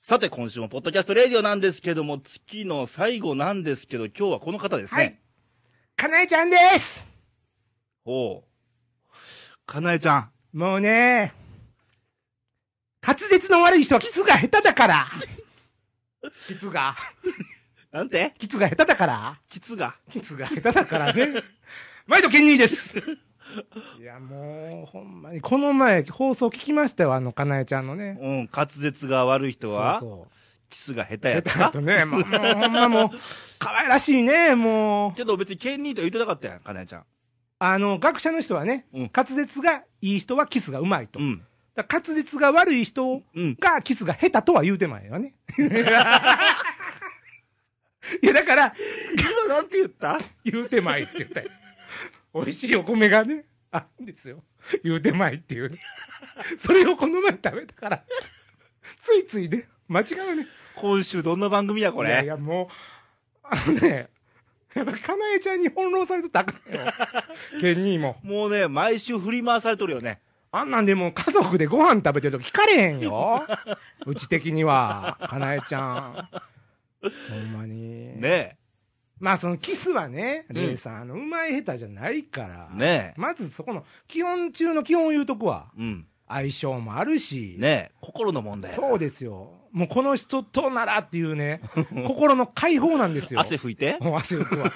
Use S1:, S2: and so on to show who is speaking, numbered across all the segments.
S1: さて、今週もポッドキャストレディオなんですけども、月の最後なんですけど、今日はこの方ですね。
S2: はい。かなえちゃんです
S1: ほう。かなえちゃん。
S2: もうね、滑舌の悪い人はキツが下手だから。キツが、
S1: なんて
S2: キツが下手だから。
S1: キツが。
S2: キツが下手だからね。毎度ケンニーです。 いや、もう、ほんまに、この前、放送聞きましたよ、あの、かなえちゃんのね。
S1: うん、滑舌が悪い人は、
S2: そう
S1: キスが下手
S2: そう。
S1: やっ
S2: 下
S1: た
S2: 手だ
S1: か
S2: とね、もう、もうほんまもう、可愛らしいね、もう。
S1: けど別にケンニーとは言ってなかったやん、かなえちゃん。
S2: あの、学者の人はね、
S1: うん
S2: 滑舌がいい人はキスがうまいと。
S1: うん。
S2: だから滑舌が悪い人
S1: うん。
S2: がキスが下手とは言うてまえよね。 いや、だから、
S1: 今なんて言った
S2: 言うてまいって言ったよ。美味しいお米がね、あるんですよ。言うてまいっていうね。それをこの前食べたから、ついついね、間違うね。
S1: 今週どんな番組や、こ
S2: いやい
S1: れ。
S2: や、もう、あのね、やっぱ、かなえちゃんに翻弄されてたらあか んよ。ケニーも。
S1: もうね、毎週振り回されとるよね。
S2: あんなんでもう家族でご飯食べてると聞かれへんよ。 うち的には、かなえちゃん。ほんまに。。
S1: ね
S2: まあそのキスはね、
S1: ん
S2: レイさん、あの、うまい下手じゃないから。
S1: え。ね
S2: まずそこの、基本中の基本を言うとこは、
S1: え。うん。
S2: 相性もあるし。。
S1: ねえ。心の問題やから。
S2: そうですよ。もうこの人とならってい うね、心の解放なんですよ。
S1: 汗拭いて。
S2: もう汗よくは。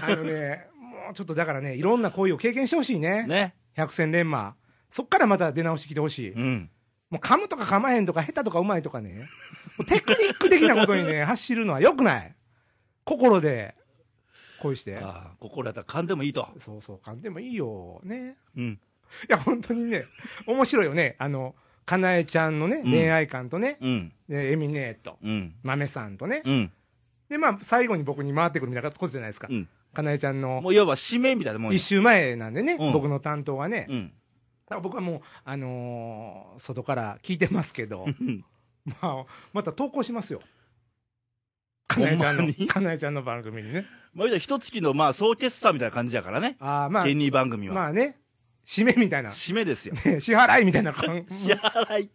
S2: あのね、もうちょっとだからね、いろんな恋を経験してほしいね。
S1: ね。
S2: 百戦錬磨。そっからまた出直してきてほしい。
S1: うん。
S2: もう噛むとか噛まへんとか下手とかうまいとかね。もうテクニック的なこと にね、走るのは良くない。心で恋して。
S1: ああ、心やったら噛んでもいいと。
S2: そうそう、噛んでもいいよ。ね。
S1: うん。
S2: いや、本当にね、面白いよね。あの、かなえちゃんのね、
S1: うん
S2: 恋愛観とね、
S1: うん。
S2: でエミネーと、
S1: うん。
S2: マメさんとね。
S1: うん。
S2: で、まあ、最後に僕に回ってくるみたいなことじゃないですか
S1: う。ん。
S2: かなえちゃんの
S1: もういわば締めみたいなもん
S2: 一
S1: や。
S2: 周前なんでね、
S1: うん
S2: 僕の担当はね。だ
S1: うん。
S2: から僕はもう、あのー外から聞いてますけど。
S1: うん
S2: まあ、また投稿しますよ。かなえちゃん
S1: ほんま
S2: の、
S1: に
S2: かなえちゃんの番組にね。
S1: まあ、言うたら一月の、まあ、総決算みたいな感じやからね。
S2: ああ、まあ
S1: ケ、ニー番組は。
S2: まあね、締めみたいな、ね
S1: 締めです よ。
S2: 支払いみたい な感
S1: 支払い。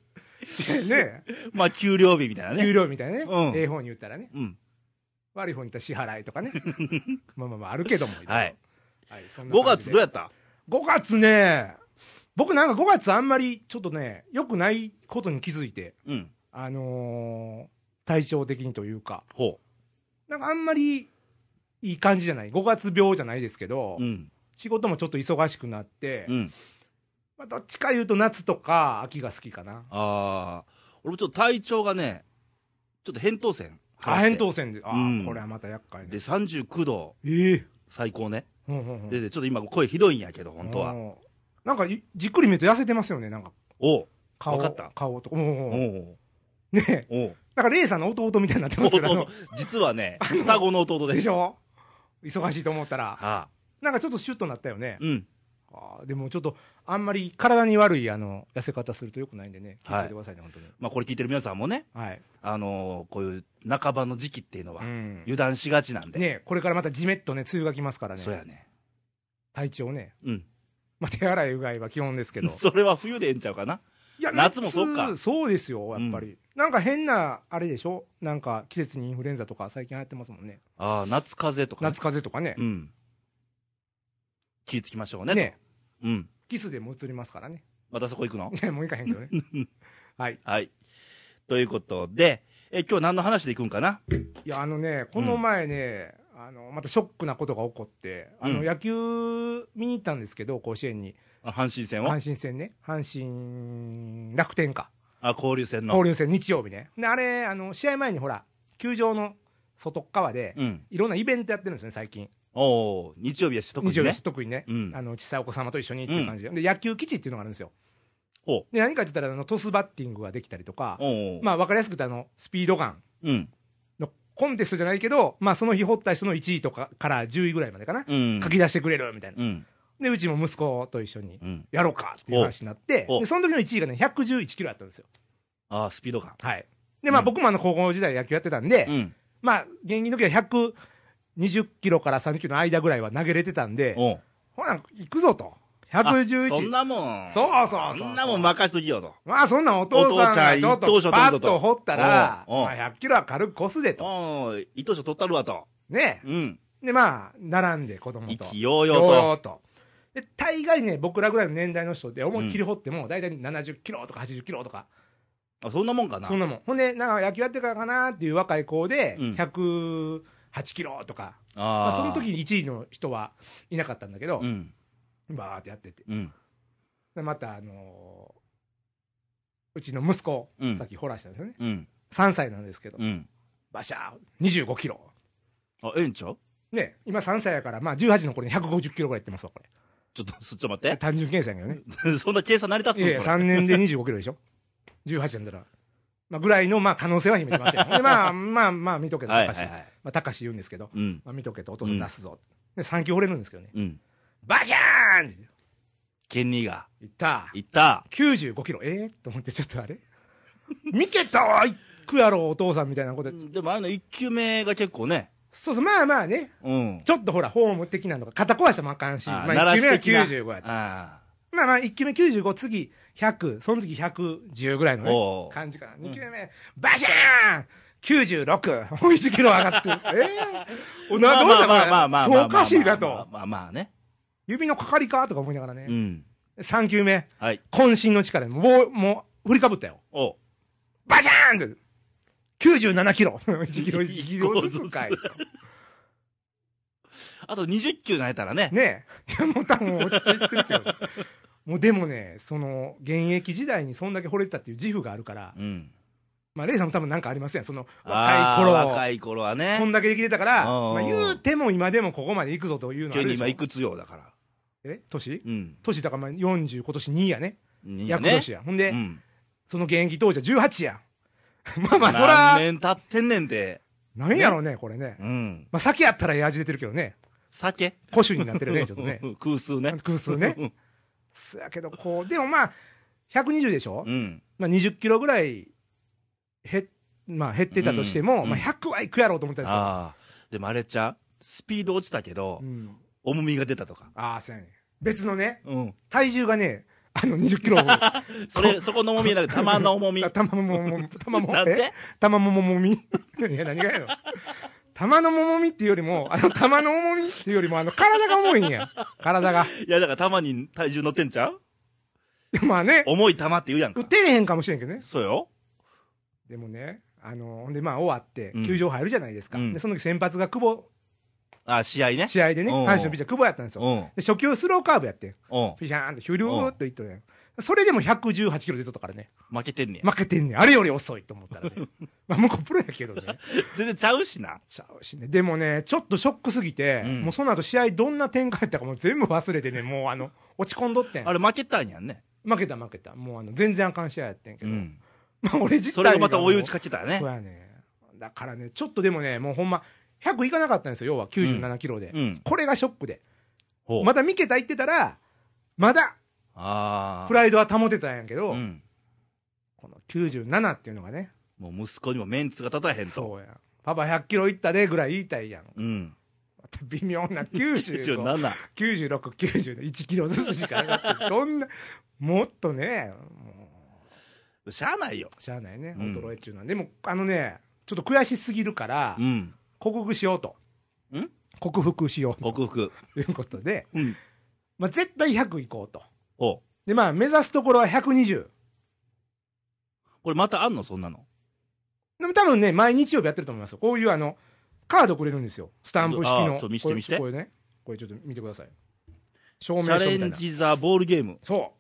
S2: じね、
S1: まあ、給料日みたいな
S2: 給
S1: ね。
S2: 料みたいなね、
S1: うん
S2: ええ方に言ったらね、
S1: うん。
S2: 悪い方に言ったら支払いと かね。まあまあまあ、あるけども。
S1: はい。
S2: はい、そんな
S1: 5
S2: 感
S1: 月
S2: じ
S1: どう
S2: で
S1: やった
S2: 5月ね、僕なんか5月あんまりちょっとね、良くないことに気づいて、
S1: うん。
S2: あのー体調的にというか、
S1: ほ
S2: なんかあんまりいい感じじゃない。5月病じゃないですけど、
S1: う。うん。
S2: 仕事もちょっと忙しくなって、
S1: うん。
S2: まあ、どっちか言うと夏とか秋が好きかな。
S1: ああ。俺もちょっと体調がね、ちょっと扁桃腺。
S2: あ、扁桃腺で。あ、
S1: うん
S2: これはまた厄介
S1: で、
S2: ね。
S1: 39度、
S2: ええ
S1: 最高ね。
S2: うんうんうん
S1: で、でちょっと今声ひどいんやけど、本当
S2: う
S1: は。
S2: んなんかい、じっくり見ると痩せてますよね、なんか。
S1: おう。
S2: 顔。
S1: わかった
S2: 顔とか。うんうん
S1: お
S2: うん
S1: う
S2: ねえ。
S1: おう。
S2: なんか、レイさんの弟みたいになってますけど。あ
S1: 弟
S2: の。
S1: 実はね、双子の弟で。
S2: です しょ忙しいと思ったら。
S1: はあ。
S2: なんかちょっとシュッとなったよね。
S1: うん。
S2: あーでもちょっと、あんまり体に悪い、あの、痩せ方すると良くないんでね。気をつけてくださいね、本当に。
S1: まあ、これ聞いてる皆さんもね、
S2: はい。
S1: あのーこういう半ばの時期っていうのは
S2: う、ん。ね
S1: 油断しがちなんで。
S2: えこれからまたじめっとね、梅雨が来ますからね。
S1: そうやね。
S2: 体調ね。
S1: うん。。
S2: まあ、手洗いうがいは基本ですけ ど
S1: それは冬でええんちゃうかな。
S2: いや
S1: 夏もそうか
S2: 夏そうですよ、やっぱり。なんか変な、あれでしょなんか季節にインフルエンザとか最近流行ってますもんね。
S1: ああ、夏風邪とか、ね。
S2: 夏風邪とかね。
S1: うん。気ぃつきましょうね。
S2: ね
S1: とうん。
S2: キスでも移りますからね。
S1: またそこ行くの
S2: いや、もういかへんけ どね。はい。
S1: はい。ということで、え、今日何の話で行くんかない
S2: や、あのね、この前ね、あの、またショックなことが起こって、あ
S1: う
S2: の、
S1: ん
S2: 野球見に行ったんですけど、甲子園に。
S1: あ阪神戦を
S2: 阪神戦ね。阪神、楽天か。
S1: あ、交流戦の。
S2: 交流戦、日曜日ね。で、あれ、あの、試合前にほら、球場の外っ側で、
S1: うん。
S2: いろんなイベントやってるんですね、最近。
S1: おお日曜日やし、特
S2: 日
S1: に
S2: 曜
S1: ね
S2: 日。特にね、
S1: うん
S2: あの小さいお子様と一緒にっていう感じで,、で野球基地っていうのがあるんですよ
S1: おう
S2: で何かって言ったらあのトスバッティングができたりとか
S1: おう
S2: まあ分かりやすく言うとあのスピードガン
S1: うん。
S2: のコンテストじゃないけど、まあ、その日掘った人の1位とかから10位ぐらいまでかな、
S1: うん。
S2: 書き出してくれるみたいな、
S1: うん。
S2: でうちも息子と一緒に
S1: うん。
S2: やろうかっていう話になって
S1: おうおう
S2: でその時の1位がね111キロだったんですよ
S1: ああ、スピード感。
S2: はいでまあ
S1: うん
S2: 僕もあの高校時代野球やってたんで、
S1: うん。
S2: まあ現役の時は120キロから30キロの間ぐらいは投げれてたんで
S1: おう
S2: ほな行くぞと111。
S1: そんなもん。
S2: そうそうそう
S1: そんなもん任しときよと。
S2: まあそんなんお父さんがちょっ
S1: お父ち
S2: と
S1: ゃん一等賞取るぞと
S2: パッと掘ったら、
S1: うんうん
S2: まあ、100キロは軽く越すでと。
S1: おん、一等賞取ったるわと。
S2: ね。
S1: うん。
S2: でまあ、並んで子供
S1: 意
S2: と。
S1: 気揚々
S2: ようよ
S1: と。
S2: うと。で、大概ね、僕らぐらいの年代の人って思いっきり掘っても、大体70キロとか80キロとか、
S1: あそんなもんかな。
S2: そんなもん。ほんで、なんか野球やってるからかなっていう若い子で、
S1: うん
S2: 108キロとか、ま
S1: あ
S2: あ、
S1: ー
S2: その時に1位の人はいなかったんだけど
S1: う、ん。
S2: バーってやってて。
S1: うん。
S2: でまた、あのーうちの息子、
S1: うん
S2: さっき掘らしたんですよね。
S1: うん。
S2: 3歳なんですけど、
S1: うん。
S2: バシャー、25キロ。
S1: あ、ええんちゃう
S2: ね、今3歳やから、まあ18の頃に150キロぐらいいってますわ、こ
S1: ちょっと、そちょっと
S2: れ。
S1: 待
S2: 単純計 算やけどね。
S1: って。そんな計算成り立つ
S2: い
S1: の
S2: やいや、
S1: それ
S2: 3年で25キロでしょ ?18 なんだら。まあ、ぐらいの、まあ、可能性は秘めてますよ。で、ま あ、まあ、まあ、見とけと、
S1: はい
S2: 高
S1: はい
S2: し、
S1: はい。
S2: まあ、高し言うんですけど、
S1: うん。
S2: まあ、見とけと、お父さん出すぞ。で、3球掘れるんですけどね。
S1: うん。
S2: バシャーンって
S1: ケンニーが、
S2: いった。
S1: 行った。
S2: 95キロ、ええと思って、ちょっとあれ見けと行くやろ、お父さんみたいなこと。
S1: でもあの1球目が結構ね、
S2: そうそう、まあまあね、
S1: うん。
S2: ちょっとほら、フォーム的なのが、肩壊してもあかんし、
S1: あ
S2: ま
S1: 鳴
S2: あ、
S1: ら
S2: 1
S1: し
S2: 球目は
S1: 的な
S2: 95やった。
S1: あ
S2: まあまあ、1球目95、次100、その次110ぐらいのね。
S1: おう
S2: 感じかな。2球目、バシャーン !96! もう1キロ上がってる。えー、おなどうした
S1: まあまあまあまあまあまあまあまあまあ。
S2: おかしいな
S1: まあ
S2: と。
S1: まあまあね。
S2: 指のかかりかとか思いながらね。
S1: うん。
S2: 3球目、
S1: はい。
S2: 渾身の力で、もう、もう、振りかぶったよ。
S1: お
S2: バシャーンって。97キロ。1キロ、1キロずつかい。
S1: あと20球投げたらね。
S2: ねえ。いや、もう多分落ちてってるけど。もうでもね、その、現役時代にそんだけ惚れてたっていう自負があるから、
S1: うん。
S2: まあ、レイさんも多分なんかありません。その、
S1: あ
S2: 若い
S1: ー
S2: 頃。
S1: 若い頃は
S2: こ
S1: ね。
S2: んだけできてたから、
S1: うんうん
S2: まあ、言うても今でもここまで行くぞというのは
S1: ケ
S2: あ
S1: ン
S2: る
S1: ニー
S2: でしょ
S1: 今いくつよだから。
S2: え年
S1: うん。
S2: 年だからまあ40、今年2やね。
S1: いいよ
S2: 役
S1: ね
S2: 年や。ほんで、
S1: うん。
S2: その現役当時は18や。まあまあ、そ
S1: 何
S2: ら、
S1: 年経ってんねんて。
S2: なんやろうね、これね。
S1: うん。
S2: まあ、酒やったらええ味出てるけどね。
S1: 酒
S2: 古酒になってるね、ちょっとね。
S1: 空数ね。
S2: 空数 ね。そやけど、こう、でもまあ、120でしょ、
S1: うん。
S2: まあ、20キロぐらい、へっ、まあ、減ってたとして
S1: うん
S2: も、
S1: うん
S2: まあ、100はいくやろうと思ったんですよ。
S1: ああ。でもあれちゃうスピード落ちたけど
S2: う、ん、
S1: 重みが出たとか。
S2: ああ、そうやね。別のね、
S1: うん。
S2: 体重がね、あの20キロを
S1: そ れ、そこの重みじゃなくて、玉の重み。
S2: あ玉も もも、玉も、
S1: なんて
S2: え玉もももみ いや、何がやろ。玉のももみっていうよりも、あの、玉の重みっていうよりも、あの、体が重いんや。体が。
S1: いや、だから玉に体重乗ってんちゃう
S2: まあね、
S1: 重い玉って言うやんか
S2: 打。てれへんかもしれんけどね。
S1: そうよ。
S2: でもね、あの、ほんで、まあ、終わって
S1: うん、
S2: 球場入るじゃないですか。
S1: うん
S2: で、その時先発が久保、
S1: ああ、試合ね。
S2: 試合でね、
S1: うん
S2: 阪神のピッチャー久保やったんですよ。
S1: うん。うん
S2: で、初球スローカーブやって、。ピシャーンとヒュルーっといっとるやん。それでも118キロ出とったからね。
S1: 負けてんねや。
S2: 負けてんねんあれより遅いと思ったらね。まあ、向こうプロやけど ね。
S1: 全然ちゃうしな。
S2: ちゃうしね。でもね、ちょっとショックすぎて、
S1: うん
S2: もうその後試合どんな展開やったかもう全部忘れてね、もうあの、落ち込んどってん
S1: あ。れ負けたんやんね。
S2: 負けた負けた。もうあの、全然あかん試合やってんけ
S1: う
S2: ど。
S1: ん。
S2: まあ俺自体
S1: それがまた追い打ち
S2: か
S1: かけたよね
S2: そう。やね。だからね、ちょっとでもね、もうほんま、100いかなかったんですよ、要は97キロで。
S1: うん。
S2: これがショックで。
S1: ほう
S2: また三桁行ってたら、まだ、
S1: ああ。
S2: プライドは保てたんやけど、
S1: うん。
S2: この97っていうのがね、
S1: もう息子にもメンツが立たへんと。
S2: そうやん。パパ100キロ行ったでぐらい言いたいやん。
S1: うん。
S2: また微妙な95
S1: 97。
S2: 96、90で1キロずつしか上がって、 どんな、もっとね、も
S1: しゃあないよ。
S2: う、しゃあないね、
S1: うん
S2: 衰えっちゅうのは。でも、あのね、ちょっと悔しすぎるから
S1: う、ん。
S2: 克服しようと。
S1: ん
S2: 克服しようと
S1: 克服。
S2: いうことで、
S1: うん。
S2: まあ、絶対100いこうと。
S1: おう
S2: で、まあ、目指すところは120。
S1: これまたあんのそんなの。
S2: でも多分ね、毎日曜日やってると思いますよ。こういうあの、カードくれるんですよ。スタンプ式
S1: あちょ
S2: の。
S1: っと見して見して
S2: これこれね。これちょっと見てください。証
S1: チ
S2: 明書
S1: ャレ
S2: みたい
S1: ン
S2: な。
S1: ジザボールゲーム。
S2: そ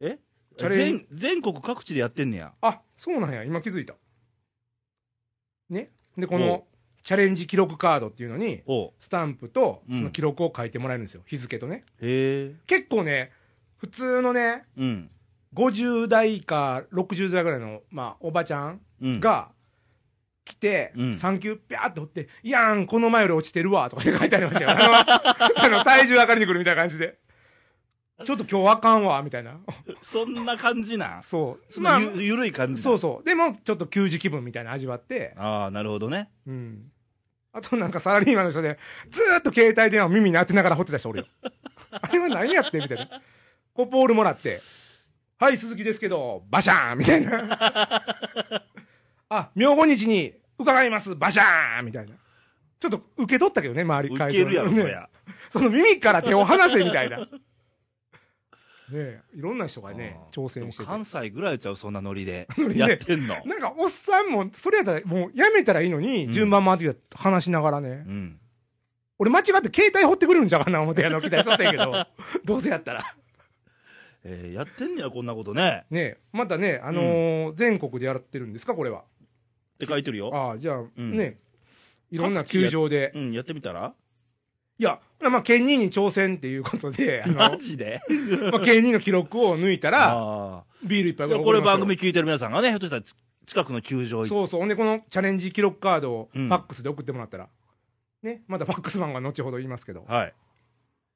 S2: う。
S1: え
S2: チャレン
S1: 全全国各地でやってんねや。
S2: あそうなんや今気づいたねでこ
S1: おう
S2: のチャレンジ記録カードっていうのに
S1: おう
S2: スタンプと
S1: うん
S2: その記録を書いてもらえるんですよ、日付とね
S1: へえ。
S2: 結構ね普通のね
S1: うん。
S2: 50代か60代ぐらいの、まあ、おばちゃん
S1: うん。
S2: が来て、
S1: うん
S2: 3球ピャーって打って「いやんこの前より落ちてるわ」とかって書いてありましたよあ のあの体重上がりにくるみたいな感じで「ちょっと今日あかんわ」みたいな
S1: そんな感じなん。
S2: そう
S1: そんな
S2: まあ
S1: ゆゆるい感じ
S2: そう
S1: そ
S2: そうでもちょっと球児気分みたいなの味わって
S1: ああ、なるほどね。
S2: うん。あとなんかサラリーマンの人で、ずーっと携帯電話を耳に当てながら掘ってた人おるよ。 あれは何やってみたいな。こうポールもらって、はい、鈴木ですけど、バシャーンみたいな。 あ、明後日に伺います、バシャーンみたいな。ちょっと受け取ったけどね、周り
S1: 受けるやろ、
S2: 会
S1: そ
S2: 場の
S1: り
S2: ね
S1: ゃ。
S2: その耳から手を離せみたいな。ねえ、いろんな人が ね
S1: あ、ー
S2: 挑戦して
S1: で
S2: て。
S1: も関西ぐらいちゃう、そんなノリで
S2: ノ。リで
S1: やって んの。
S2: なんか、おっさんも、それやったら、もう、やめたらいいのに、
S1: うん
S2: 順番回ってきた話しながらね
S1: う。ん。
S2: 俺間違って携帯掘ってくれるんじゃうかな、思って、あの、期待しとったんや けど、どうせやったら。
S1: えーやってんねや、こんなことね。
S2: ねえまたね、あのー全国でやってるんですか、これは。
S1: って書いてるよ。
S2: ああ、じゃあ、
S1: ん
S2: ねいろんな球場で。
S1: うん、やってみたら
S2: いや、まあ、県2に挑戦っていうことで、あ の、ま
S1: マジで
S2: あ、県2の記録を抜いたら、
S1: あ
S2: ビール一杯
S1: あ。で
S2: ぐらい
S1: もこれ
S2: おごりますよ
S1: 番組聞いてる皆さんがね、ひょっとしたらつ近くの球場行っ
S2: そうそう、ほんで、このチャレンジ記録カードをフ
S1: うん
S2: ァックスで送ってもらったら、ね、まだファックスマンが後ほど言いますけど、
S1: て。はい。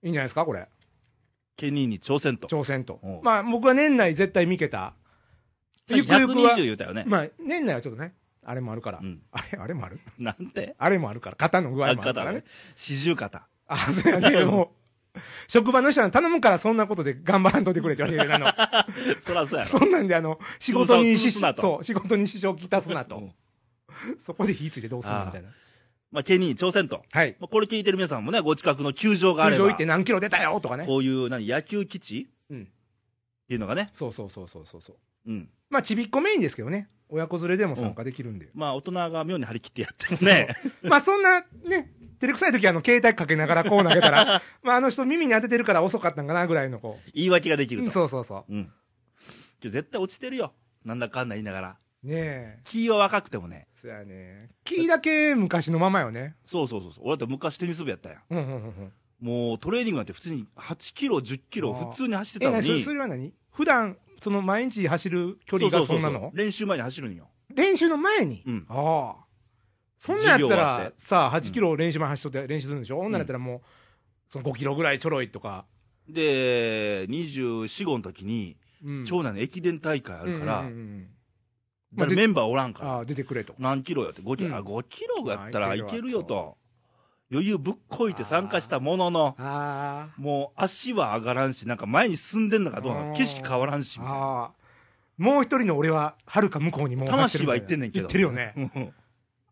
S2: いいんじゃないですか、これ、
S1: ケニーに挑戦と。
S2: 挑戦と
S1: おう。
S2: まあ、僕は年内絶対見けた、
S1: さっき
S2: ゆくゆくは
S1: 120言うたよね。
S2: まあ、年内はちょっとね、あれもあるから、
S1: うん
S2: あれ、あれもある、
S1: なんて
S2: あれもあるから、肩の具合
S1: あ
S2: もあるから
S1: 肩
S2: ね
S1: ね、。四十肩。
S2: あ、そうやね、もう、職場の人は頼むから、そんなことで頑張らんといてくれって言われて るあ
S1: そらそうや
S2: の
S1: ろ。
S2: そんなんで、あの、仕事に
S1: 潰
S2: 支
S1: すな
S2: 障、
S1: と
S2: そう、仕事に支障きたすな
S1: う
S2: と、
S1: ん
S2: そこで火ついてどうすんのみたいな。
S1: まあ、ケニーに挑戦と。
S2: はい。
S1: まあこれ聞いてる皆さんもね、ご近くの球場があ
S2: 球
S1: れ
S2: 場行
S1: ば
S2: っ、て何キロ出たよとかね。
S1: こういう、何、野球基地
S2: うん
S1: っていうのがね、
S2: そうそうそうそうそうそう。
S1: うん。
S2: まあ、ちびっこメインですけどね。親子連れでも参加できるんで。
S1: まあ、大人が妙に張り切ってやってますね。
S2: まあ、そんな、ね、照れくさい時は、あの、携帯かけながらこう投げ たら、まあ、あの人耳に当ててるから遅かったんかな、ぐらいのこ
S1: 言い訳ができ
S2: う。
S1: ると。
S2: そうそうそ
S1: うん。けど絶対落ちてるよ。なんだかんだ言いながら。
S2: う。ねえ。
S1: 気は若くてもね。
S2: そやね。キーだけ昔のままよね。
S1: そうそうそうそう。俺だって昔テニス部やったやん。
S2: うんうんうんうん。
S1: もうトレーニングなんて普通に8キロ、10キロ
S2: あー
S1: 普通に走って
S2: え、
S1: たの
S2: なそれ
S1: に。
S2: それは何普段、その毎日走る距離
S1: う
S2: が
S1: う
S2: そんな
S1: う
S2: の
S1: 練習前に走るんよ。
S2: 練習の前に。
S1: うん
S2: ああ。そんなんやっ
S1: 授業
S2: た
S1: 終わっ
S2: ら
S1: て、
S2: さあ、8キロ練習前走っとって練習するんでしょ、ほんならやったらもう、その5キロぐらいちょろいとか。
S1: で、24、5の時に、
S2: うん
S1: 長男の駅伝大会あるから、
S2: うんうんうんうん
S1: だからメンバーおらんから、
S2: ああ、出てくれと。
S1: 何キロやって、5キロ、
S2: うん
S1: あ、5キロやったら
S2: あ
S1: い
S2: いけ
S1: け
S2: るわ
S1: るよと。余裕ぶっこいて参加したものの、
S2: ああ。
S1: もう足は上がらんし、なんか前に進んでんのかどうなの
S2: あー
S1: 景色変わらんし、みたいな。
S2: ああ。もう一人の俺は、はるか向こうにもう走
S1: 魂
S2: るみた
S1: はい
S2: な
S1: 行ってんねんけど。
S2: 行ってるよね。
S1: うん。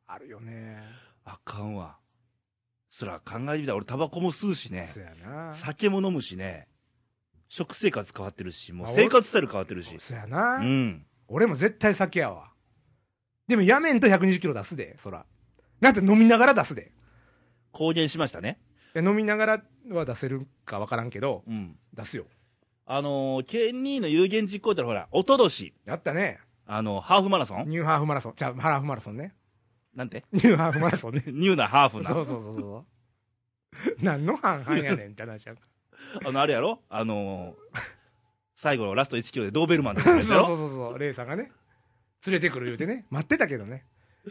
S2: あるよね。
S1: あかんわ。そら考えてみたら俺タバコも吸うしね、
S2: そうやな。
S1: 酒も飲むしね、食生活変わってるし、もう
S2: あ
S1: 生活スタイル変わってるし。
S2: そうや
S1: う
S2: な、
S1: ん。
S2: 俺も絶対酒やわ。でもやめんと120キロ出すで、そら。なんて飲みながら出すで。
S1: 公言しましたね。
S2: いや飲みながらは出せるかわからんけど、
S1: うん。
S2: 出すよ。
S1: あのー、ケンニーの有言実行ってのはほら、おととし、
S2: やったね。
S1: あのー、ハーフマラソン
S2: ニューハーフマラソン。じゃあ、ハーフマラソンね。
S1: なんて。
S2: ニューハーフマラソンね
S1: ニューなハーフな。
S2: そうそうそうそう。何の半々やねんって話やんか。
S1: あの、あれやろあのー、最後のラスト1キロでドーベルマンと
S2: そ
S1: か
S2: う
S1: やつや
S2: そう
S1: ろ
S2: そうそう、レイさんがね、連れてくる言うてね、待ってたけどね。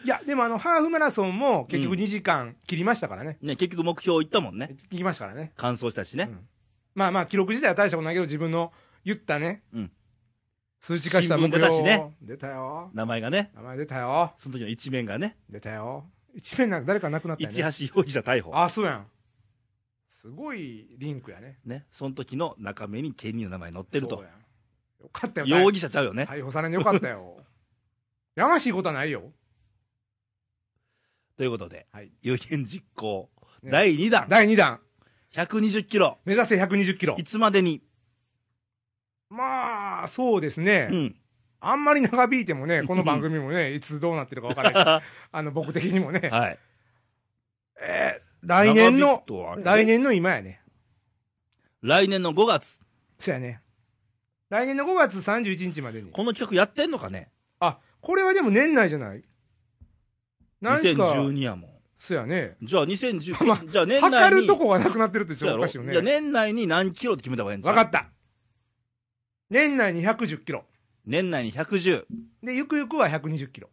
S2: いや、でもあの、ハーフマラソンも結局
S1: うん
S2: 2時間切りましたからね。
S1: ね、結局目標いったもんね。
S2: 切りましたからね。
S1: 完走したし
S2: う
S1: ね。
S2: んまあまあ、記録自体は大したことないけど、自分の言ったね、
S1: うん
S2: 数値化した目標
S1: 新聞出たしね
S2: 出たよ。
S1: 名前がね、
S2: 名前出たよ。
S1: その時の一面がね、
S2: 出たよ。一面なんか誰か亡くなったよ
S1: 一
S2: ね。
S1: 橋容疑者逮捕。
S2: あ、そうやん。すごいリンクやね。
S1: ね、その時の中身にケニーの名前載ってる
S2: そう
S1: と。
S2: やんよかったよ。
S1: 容疑者ちゃうよね。
S2: 逮捕されんでよかったよ。やましいことはないよ。
S1: ということで、
S2: はい
S1: 有言実行、
S2: ね
S1: 第2弾、
S2: 第2弾、
S1: 120キロ、
S2: 目指せ120キロ
S1: い。つまでに、
S2: まあ、そうですね、
S1: うん、
S2: あんまり長引いてもね、この番組もね、いつどうなってるか分からないし、 あの僕的にもね、
S1: はい。
S2: えー来
S1: 長
S2: 年
S1: 引
S2: の
S1: く、とあれ、
S2: 来年の今やね、
S1: 来年の5月、
S2: そうやね、来年の5月31日までに、
S1: この企画やってんのかね
S2: あこれはでも年内じゃない何しか、
S1: ?2012 やもん。
S2: そうやね、
S1: じゃあ2019、
S2: まあ
S1: じゃあ年内
S2: 測
S1: に、
S2: るとこがなくなってるってち
S1: そう
S2: ょ
S1: や
S2: っとお
S1: ろ
S2: かしい
S1: じ
S2: よ
S1: ゃあ
S2: ね、
S1: 年内に何キロって決めた方がいいんじゃ
S2: 分
S1: ん
S2: かった、年内に110キロ、
S1: 年内に110。
S2: で、ゆくゆくは120キロ、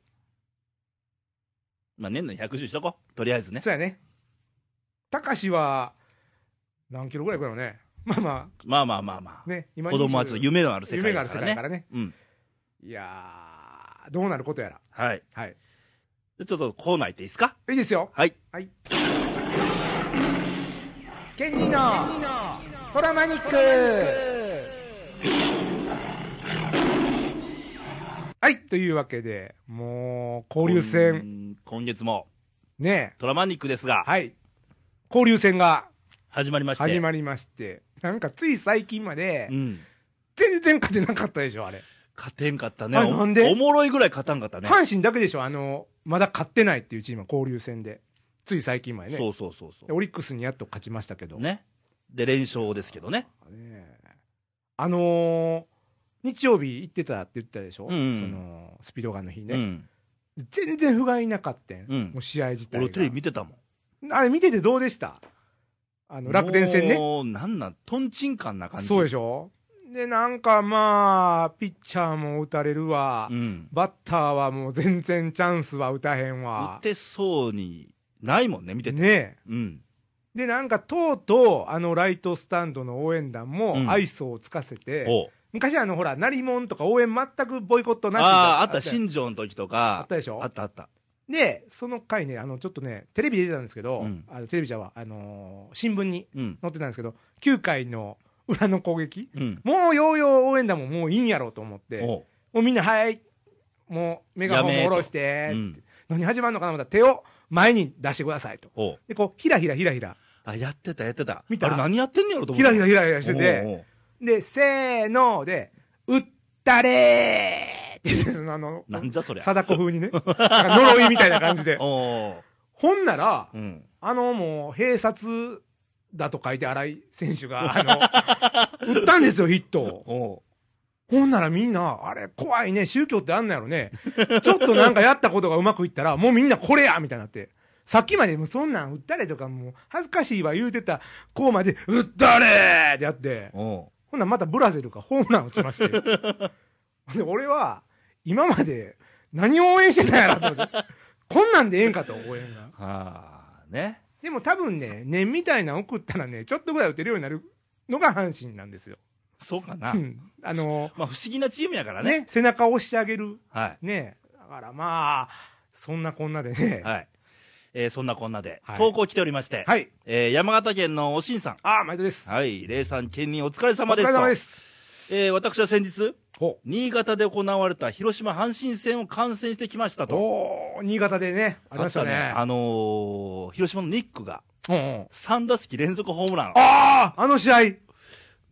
S1: まあ年内に110しとこ。とりあえずね。
S2: そうやね、たかしは何キロぐらいいくのね、まあまあ。
S1: まあまあまあまあ。
S2: ね、今
S1: 子供はちょっと夢のある世界
S2: 夢があ
S1: だ
S2: る
S1: から
S2: 世
S1: ね
S2: 界か。らね。
S1: うん。
S2: いやー、どうなることやら。
S1: はい。
S2: はい。
S1: でちょっとコーナー行っていいですか
S2: いいですよ。
S1: はい。
S2: ケニーの、ホラマニックはい、というわけで、もう、交流戦、
S1: 戦。今月も、
S2: ね
S1: トラマニックですが、
S2: はい、交流戦が
S1: 始まりまして。
S2: 始まりまして、なんかつい最近まで
S1: う、ん。
S2: 全然勝てなかったでしょ、あれ。
S1: 勝てんかったね。
S2: あれなんで
S1: おおもろいぐらい勝たんかったね。
S2: 阪神だけでしょ、あの、まだ勝ってないっていうチームは交流戦で。つい最近までね。
S1: そうそうそうそ
S2: でオリックスにやっと勝ちましたけど。
S1: う。ね。で、連勝ですけどね。
S2: ねえあのー日曜日行ってたって言ったでしょ、
S1: うんうん
S2: そのスピードガンの日
S1: う
S2: ね、
S1: ん。
S2: 全然不甲斐なかったん、
S1: うん
S2: もう試合自体が
S1: 俺テレビ見てたも
S2: あれ見ててどうでしたあの
S1: ん。
S2: 楽天戦ね
S1: もう、なんなん、トンチンカンな感じ。
S2: そうで
S1: し
S2: しょでなんかまあピッチャーも打たれるわ、
S1: うん。
S2: バッターはもう全然チャンスは打たへん
S1: 打
S2: わ
S1: てそうに、ないもんね、見てて。
S2: ねえ
S1: うん。
S2: でなんかとうとうあのライトスタンドの応援団
S1: うん
S2: も愛想をつかせて、
S1: おう
S2: 昔あのほら鳴りもんとか応援全くボイコットなしみいな
S1: ああ、あった、
S2: よ
S1: 新庄の時と
S2: あっ
S1: か。
S2: たでしょ
S1: あったあった。
S2: で、その回ね、あの、ちょっとね、テレビ出てたんですけど、
S1: うん
S2: あのテレビじゃは、あのー新聞に
S1: うん。
S2: 載ってたんですけど、9回の裏の攻撃、
S1: うん。
S2: もうヨーヨー応援団ももういいんやろうと思って、も
S1: おう
S2: うみんな、はい、もうメガホンも下ろして、
S1: う
S2: って
S1: ん。
S2: 何始まるのかなまた手を前に出してくださいと。
S1: おう
S2: で、こう、ひらひらひらひら、
S1: あ、やってた、やってた。
S2: 見た
S1: あれ何やってんねやろと思
S2: ひ
S1: った
S2: らひらひらひらして
S1: おう
S2: て、
S1: おう
S2: で、せーので、打ったれーって言って、そのあの、
S1: なんじゃそりゃ。
S2: 貞子 風にね、なんか呪いみたいな感じで。
S1: おう
S2: ほんなら、
S1: うん。
S2: あのもう、併殺だと書いて、新井選手が、あの、打ったんですよ、ヒットを。
S1: おう
S2: ほんならみんな、あれ、怖いね、宗教ってあんのやろね。ちょっとなんかやったことがうまくいったら、もうみんなこれやみたいになって。さっきまでもうそんなん打ったれとかもう恥ずかしいわ言うてた子まで、打ったれってやって、
S1: おう
S2: ほんならまたブラゼルがホームラン打ちまして。で、俺は、今まで何を応援してたんやろと思って。こんなんでええんかと、応援が。
S1: はあ、ね。
S2: でも多分ね、念みたいなの送ったらね、ちょっとぐらい打てるようになるのが阪神なんですよ。
S1: そうかな
S2: う。んあの
S1: まあ、不思議なチームやから
S2: ー
S1: ね。
S2: ね、背中を押してあげる。
S1: は
S2: ね。だからまあ、そんなこんなでね
S1: い。。はい。えーそんなこんなで、
S2: はい
S1: 投稿来ておりまして、
S2: はい。
S1: えー山形県のおしんさん。
S2: ああ、毎度です。
S1: はい。レイさん、県人お疲れ
S2: お
S1: 様
S2: 疲
S1: で
S2: れ
S1: すと。
S2: 様です。
S1: えー私は先日、
S2: ほ
S1: 新潟で行われた広島阪神戦を観戦してきました
S2: う。
S1: と。
S2: おー、新潟でね、ありましたね。
S1: あのー広島のニックが
S2: うんうん
S1: 3打席連続ホームラン。
S2: あーあの試合、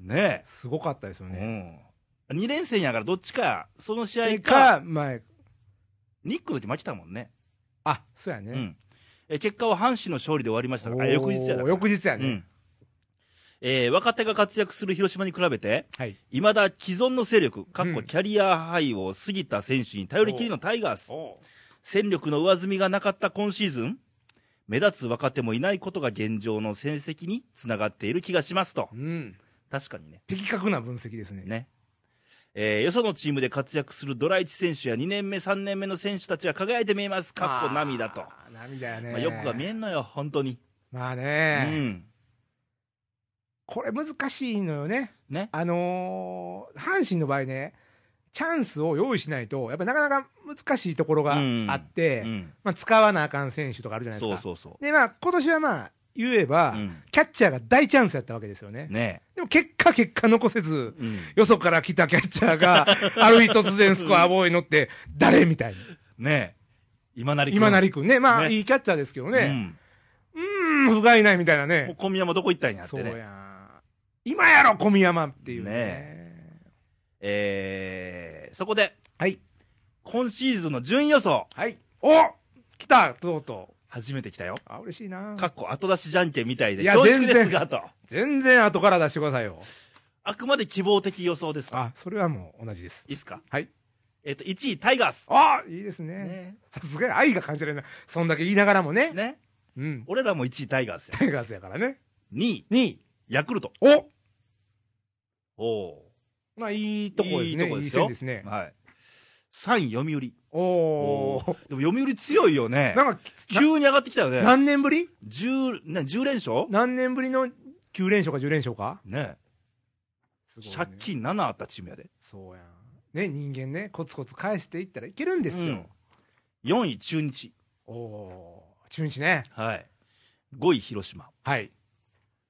S1: ね
S2: すごかったですよ
S1: え。
S2: ね。
S1: うん。2連戦やからどっちか、その試
S2: そ
S1: 合
S2: れ
S1: か、
S2: か、前、
S1: ニックの時負けたもんね。
S2: あ、そうや
S1: う
S2: ね。
S1: ん。えー結果は阪神の勝利で終わりました
S2: お
S1: か
S2: ー
S1: ら、あ翌日やだから。
S2: 翌日や
S1: う
S2: ね。
S1: んえー若手が活躍する広島に比べて、
S2: はい。
S1: いまだ既存の勢力、かっ
S2: う
S1: こ
S2: ん
S1: キャリアハイを過ぎた選手に頼りきりのタイガース、
S2: お
S1: 戦力の上積みがなかった今シーズン、目立つ若手もいないことが現状の戦績につながっている気がしますと
S2: う。ん。
S1: 確かにね。
S2: 的確な分析ですね。
S1: ね。えーよそのチームで活躍するドライチ選手や2年目、3年目の選手たちが輝いて見えます。かっこ涙と。
S2: あー。涙やね。
S1: まあ、よくが見えんのよ、本当に。
S2: まあ
S1: う
S2: ね、
S1: ん。
S2: これ難しいのよね。
S1: ね。
S2: あのー阪神の場合ね、チャンスを用意しないと、やっぱなかなか難しいところが
S1: うん
S2: あって、
S1: うん。
S2: まあ、使わなあかん選手とかあるじゃないです
S1: そう
S2: か。
S1: そうそ
S2: で、まあ、今年はまあ、言えば、
S1: う。うん。
S2: キャッチャーが大チャンスやったわけですよね。
S1: ね
S2: でも結果、結果残せず、
S1: え。うん。
S2: よそから来たキャッチャ ーが、ある日突然スコアボーイ乗って、誰みたいな。
S1: ねえ、今なり君
S2: 今成君ね、まあ、
S1: ね
S2: いいキャッチャーですけどね、
S1: ね、
S2: うーん、不甲斐ないみたいな
S1: うん、もう
S2: ね。
S1: 小宮もどこ行ったんやっ
S2: そう
S1: て
S2: や
S1: ね、
S2: ん。今やろ、小宮山っていうね。
S1: えー、そこで、
S2: はい。
S1: 今シーズンの順位予想、
S2: はい。お来たとうと
S1: 初めて来たよ
S2: う。、あ、嬉しいな
S1: かっこ後出しじゃんけんみたいで、
S2: いや
S1: 恐縮
S2: 全然
S1: ですがと、
S2: 全然後から出してくださいよ。
S1: あくまで希望的予想ですか、
S2: あ、それはもう同じです。
S1: いいっすか、
S2: はい。
S1: えっ、と、1位、タイガース、
S2: あいいですね。
S1: ね
S2: さすがに愛が感じられるな。そんだけ言いながらもね。
S1: ね、
S2: うん。
S1: 俺らも1位、タイガースや、
S2: タイガースやからね。
S1: 2位、
S2: 2位。
S1: ヤクルト、
S2: お
S1: おー
S2: まあ、いいとこです
S1: いいとこ
S2: ね。
S1: で
S2: いい
S1: すよ
S2: 線ですね。
S1: はい、3位、読売、
S2: おー。
S1: でも読売強いよね、
S2: なんか、な
S1: 急に上がってきたよね、
S2: 何年ぶり
S1: 10, な10連勝
S2: 何年ぶりの9連勝か10連勝か
S1: ねえ
S2: すごいね
S1: 借金7あったチームやで。
S2: そうやん。ね、人間ね、コツコツ返していったらいけるんです
S1: う
S2: よ
S1: ん。4位、中日。
S2: おー。中日ね。
S1: はい。5位、広島。
S2: はい。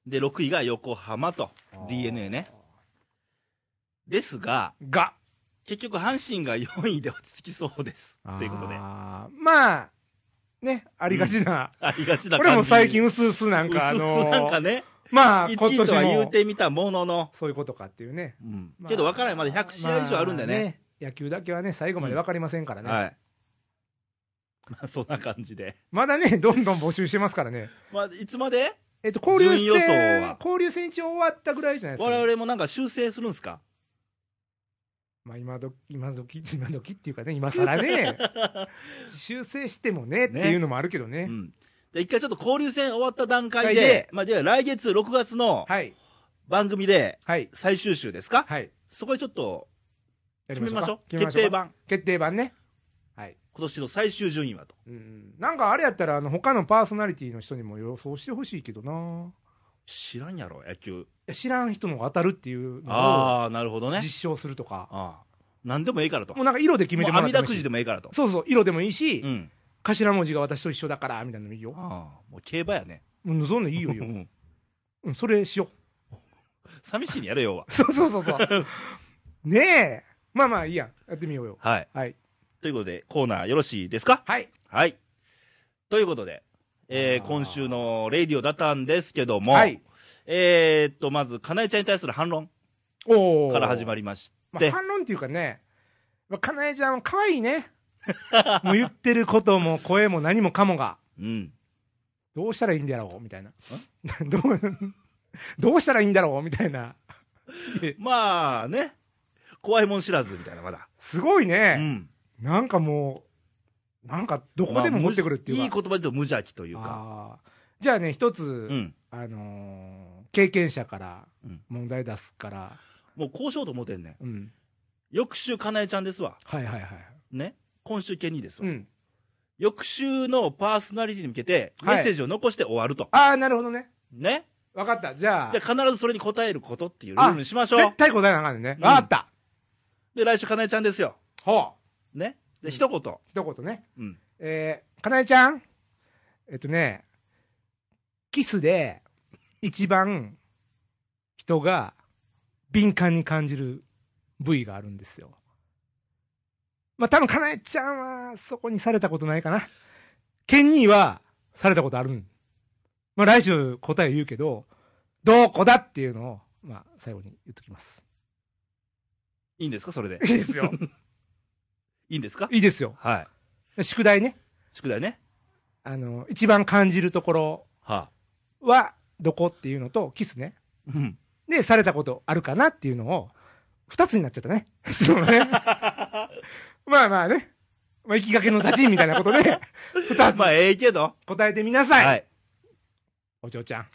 S1: で、6位が横浜と、d n a ね。ですが、
S2: が。
S1: 結局阪神が4位で落ち着きそうです。ということで、あ
S2: あーまあ、ね、ありがちな。
S1: りが ちな感じ
S2: 俺も最近、うすうすな
S1: なんんか、
S2: か、あの ー
S1: なんかね、
S2: まあ、
S1: 1
S2: 今
S1: 位とは言
S2: 年
S1: う
S2: も、
S1: てみたものの、
S2: そういうことかっていうね。
S1: うん
S2: まあ
S1: けど分からない、まだ100試合以上あるんでね。
S2: 野球だけはね、最後まで分かりませんからね。
S1: はい。まあ、そんな感じで。
S2: まだね、どんどん募集してますからね。
S1: まあ、いつまで
S2: えっと、交流
S1: 順位予想
S2: 戦
S1: は、
S2: 交流戦一応終わったぐらいじゃないですか、
S1: 我々もなんか修正するんですか
S2: まあ、今ど、今時、今時っていうかね、今更 ね、修正してもねっていうのもあるけどね。
S1: うん。で、一回ちょっと交流戦終わった段階
S2: 一回で
S1: で、まあ、では来月6月の
S2: はい、
S1: 番組で
S2: はい、
S1: 最終週ですか
S2: はい。
S1: そこでちょっと
S2: や
S1: 決めましょう。
S2: 決めま
S1: 決
S2: しょ
S1: 定
S2: うか。
S1: 版。
S2: 決定版ね。はい。
S1: 今年の最終順位はと。
S2: うん。なんかあれやったら、あの、他のパーソナリティの人にも予想してほしいけどな
S1: 知らんやろ、野球。
S2: いや知らん人のが当たるっていうのを
S1: ああ、なるほどね
S2: 実。証するとか。
S1: ああ。何でもいいからと。
S2: も
S1: も
S2: うなんか色で決めて
S1: う
S2: も
S1: 阿
S2: らっ
S1: 弥
S2: て
S1: 陀
S2: も
S1: く
S2: いい
S1: じ
S2: し
S1: でもいいからと。
S2: そうそう、色でもいいし、
S1: うん。
S2: 頭文字が私と一緒だから、みたいなのもいいよ。
S1: ああ、もう競馬やね。
S2: うん、そんなんいいよ、いいよ
S1: う。ん
S2: うん、それしよ
S1: 寂しいにやれよは。
S2: う。 そうそうそうそう。ねえ。まあまあ、いいやん。やってみようよ。
S1: はい。
S2: はい。
S1: ということで、コーナーよろしいですか
S2: はい。
S1: はい。ということで、えー、
S2: あー
S1: 今週のレイディオだったんですけども、
S2: はい。
S1: えー、っと、まず、かなえちゃんに対する反論
S2: おお。
S1: から始ま
S2: り。
S1: りまし
S2: ま
S1: て
S2: あ、、反論っていうかね、まあ、かなえちゃん、可愛いね。 もう言ってることも声も何もかもが、
S1: うん。
S2: どうしたらいいんだろうみたいな。 どう、どうしたらいいんだろうみたいな。
S1: まあね、怖いもん知らずみたいな、まだ。
S2: すごいうね。
S1: ん。
S2: なんかもう、なんかどこでも持ってくるっていう
S1: まあ
S2: か。
S1: いい言葉で言うと無邪気というか。
S2: あーじゃあね、一つ、
S1: うん。
S2: あのー経験者から
S1: うん
S2: 問題出すから、
S1: もうこうしようと思ってんねん。
S2: うん、
S1: 翌週、かなえちゃんですわ。
S2: はいはいはい、
S1: ね。今週、ケニーですわ。
S2: うん、
S1: 翌週のパーソナリティに向けて、メ
S2: はい
S1: ッセージを残して終わると。
S2: ああなるほどね
S1: ね。
S2: 分かったじゃあ
S1: で、必ずそれに答えることっていうルールにしましょう
S2: 絶。対答えなあかんねんね
S1: ん
S2: 分かった、
S1: で、来週、かなえちゃんですよ。
S2: ほ
S1: ね。
S2: うん
S1: で、一言。
S2: う一言ね
S1: うん。
S2: えー、かなえちゃんえっとねキスで一番人が敏感に感じる部位があるんですよまあ多分かなえちゃんはそこにされたことないかなケンニーはされたことあるんまあ来週答え言うけどどこだっていうのをまあ最後に言っときます
S1: いいんですかそれで
S2: い。いですよ
S1: いいんですか
S2: いいですよ
S1: はい。
S2: 宿題ね
S1: 宿題ね。
S2: あの一番感じるところ
S1: は
S2: はどこっていうのと、キスね。
S1: あ。うん。
S2: で、されたことあるかなっていうのを、二つになっちゃったね。そうね。 まあまあね。まあ、行きかけの立ちみたいなこと で、二つ
S1: まあ、ええけど。
S2: 答えてみなさい。
S1: はい。
S2: お嬢ちゃん。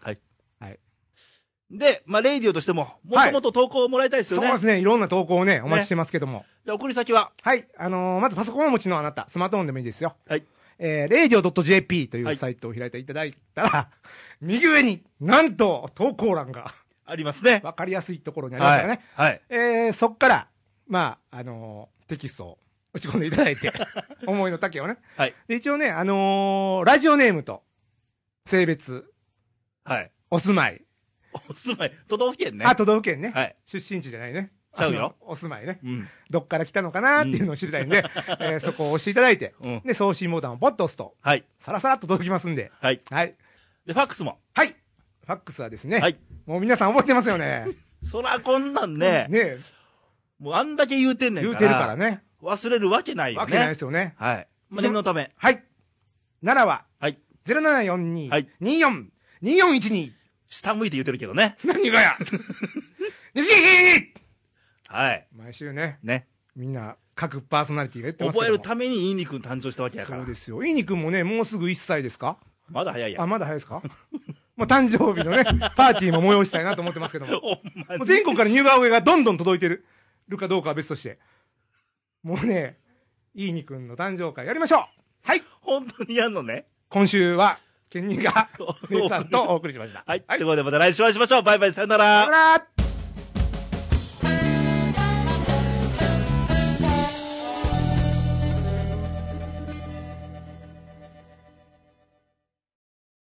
S1: で、まあ、レイディオとしても、もっともっと投稿をもらいたいです
S2: そう
S1: よね。
S2: ですね。いろんな投稿をね、お待ちしてますけども。
S1: で、送り先は、
S2: はい。あのーまずパソコンをお持ちのあなた、スマートフォンでもいいですよ。
S1: はい。
S2: えー、radio.jp とい
S1: は
S2: う
S1: い
S2: サイトを開いていただいたら、右上に、なんと、投稿欄が、
S1: ありますね。
S2: わかりやすいところにありますからね。
S1: はい。はい。
S2: えーそっから、まあ、あのーテキストを打ち込んでいただ いて、思いの丈をね。
S1: はい。
S2: で、一応ね、あのーラジオネームと、性別、
S1: はい。
S2: お住まい、
S1: お住まい、都道府県ね。
S2: あ、都道府県ね、
S1: はい。
S2: 出身地じゃないね。
S1: ちゃうよ
S2: あの。お住まいね。
S1: うん。
S2: どっから来たのかなっていうのを知りたいんで、 えーそこを押していただいて、
S1: うん。
S2: で、送信ボタンをポッと押すと、
S1: はい。
S2: さらさらっと届きますんで、
S1: はい。
S2: はい。
S1: で、ファックスも。
S2: はい。ファックスはですね、
S1: はい。
S2: もう皆さん覚えてますよね。
S1: そら、こんなんね、
S2: ね
S1: もうあんだけ言うてんねん
S2: 言
S1: か
S2: う
S1: ら。
S2: てるからね。
S1: 忘れるわけないよね。
S2: わけないですよね。
S1: はい。まあ、念のため。
S2: はい。奈良は、
S1: はい。
S2: 0742、
S1: はい
S2: 24、2412。
S1: 下向いて言うてるけどね。
S2: 何 がや !2412!
S1: はい。
S2: 毎週ね、
S1: ね。
S2: みんな、各パーソナリティが言ってますけ
S1: 覚え
S2: ども
S1: るためにインディ君誕生したわけやか
S2: そ
S1: ら
S2: う。ですよ。いにくんもね、もうすぐ1歳ですか
S1: まだ早いや
S2: あ、
S1: ん。
S2: まだ早いですか もう誕生日 のね、パーティーも催したいなと思ってますけども。
S1: ほんま
S2: もう
S1: に。
S2: 全国から似顔絵がどんどん届いてるるかどうかは別として。もうね、いいにくんの誕生会やりましょうはい
S1: 本当にやんのね。
S2: 今週は、ケンニーが
S1: お、
S2: レイさんとお送りしました。
S1: はい。
S2: はい
S1: ということで、また来週お会いしましょう。バイバイ、さよなら
S2: さよ。なら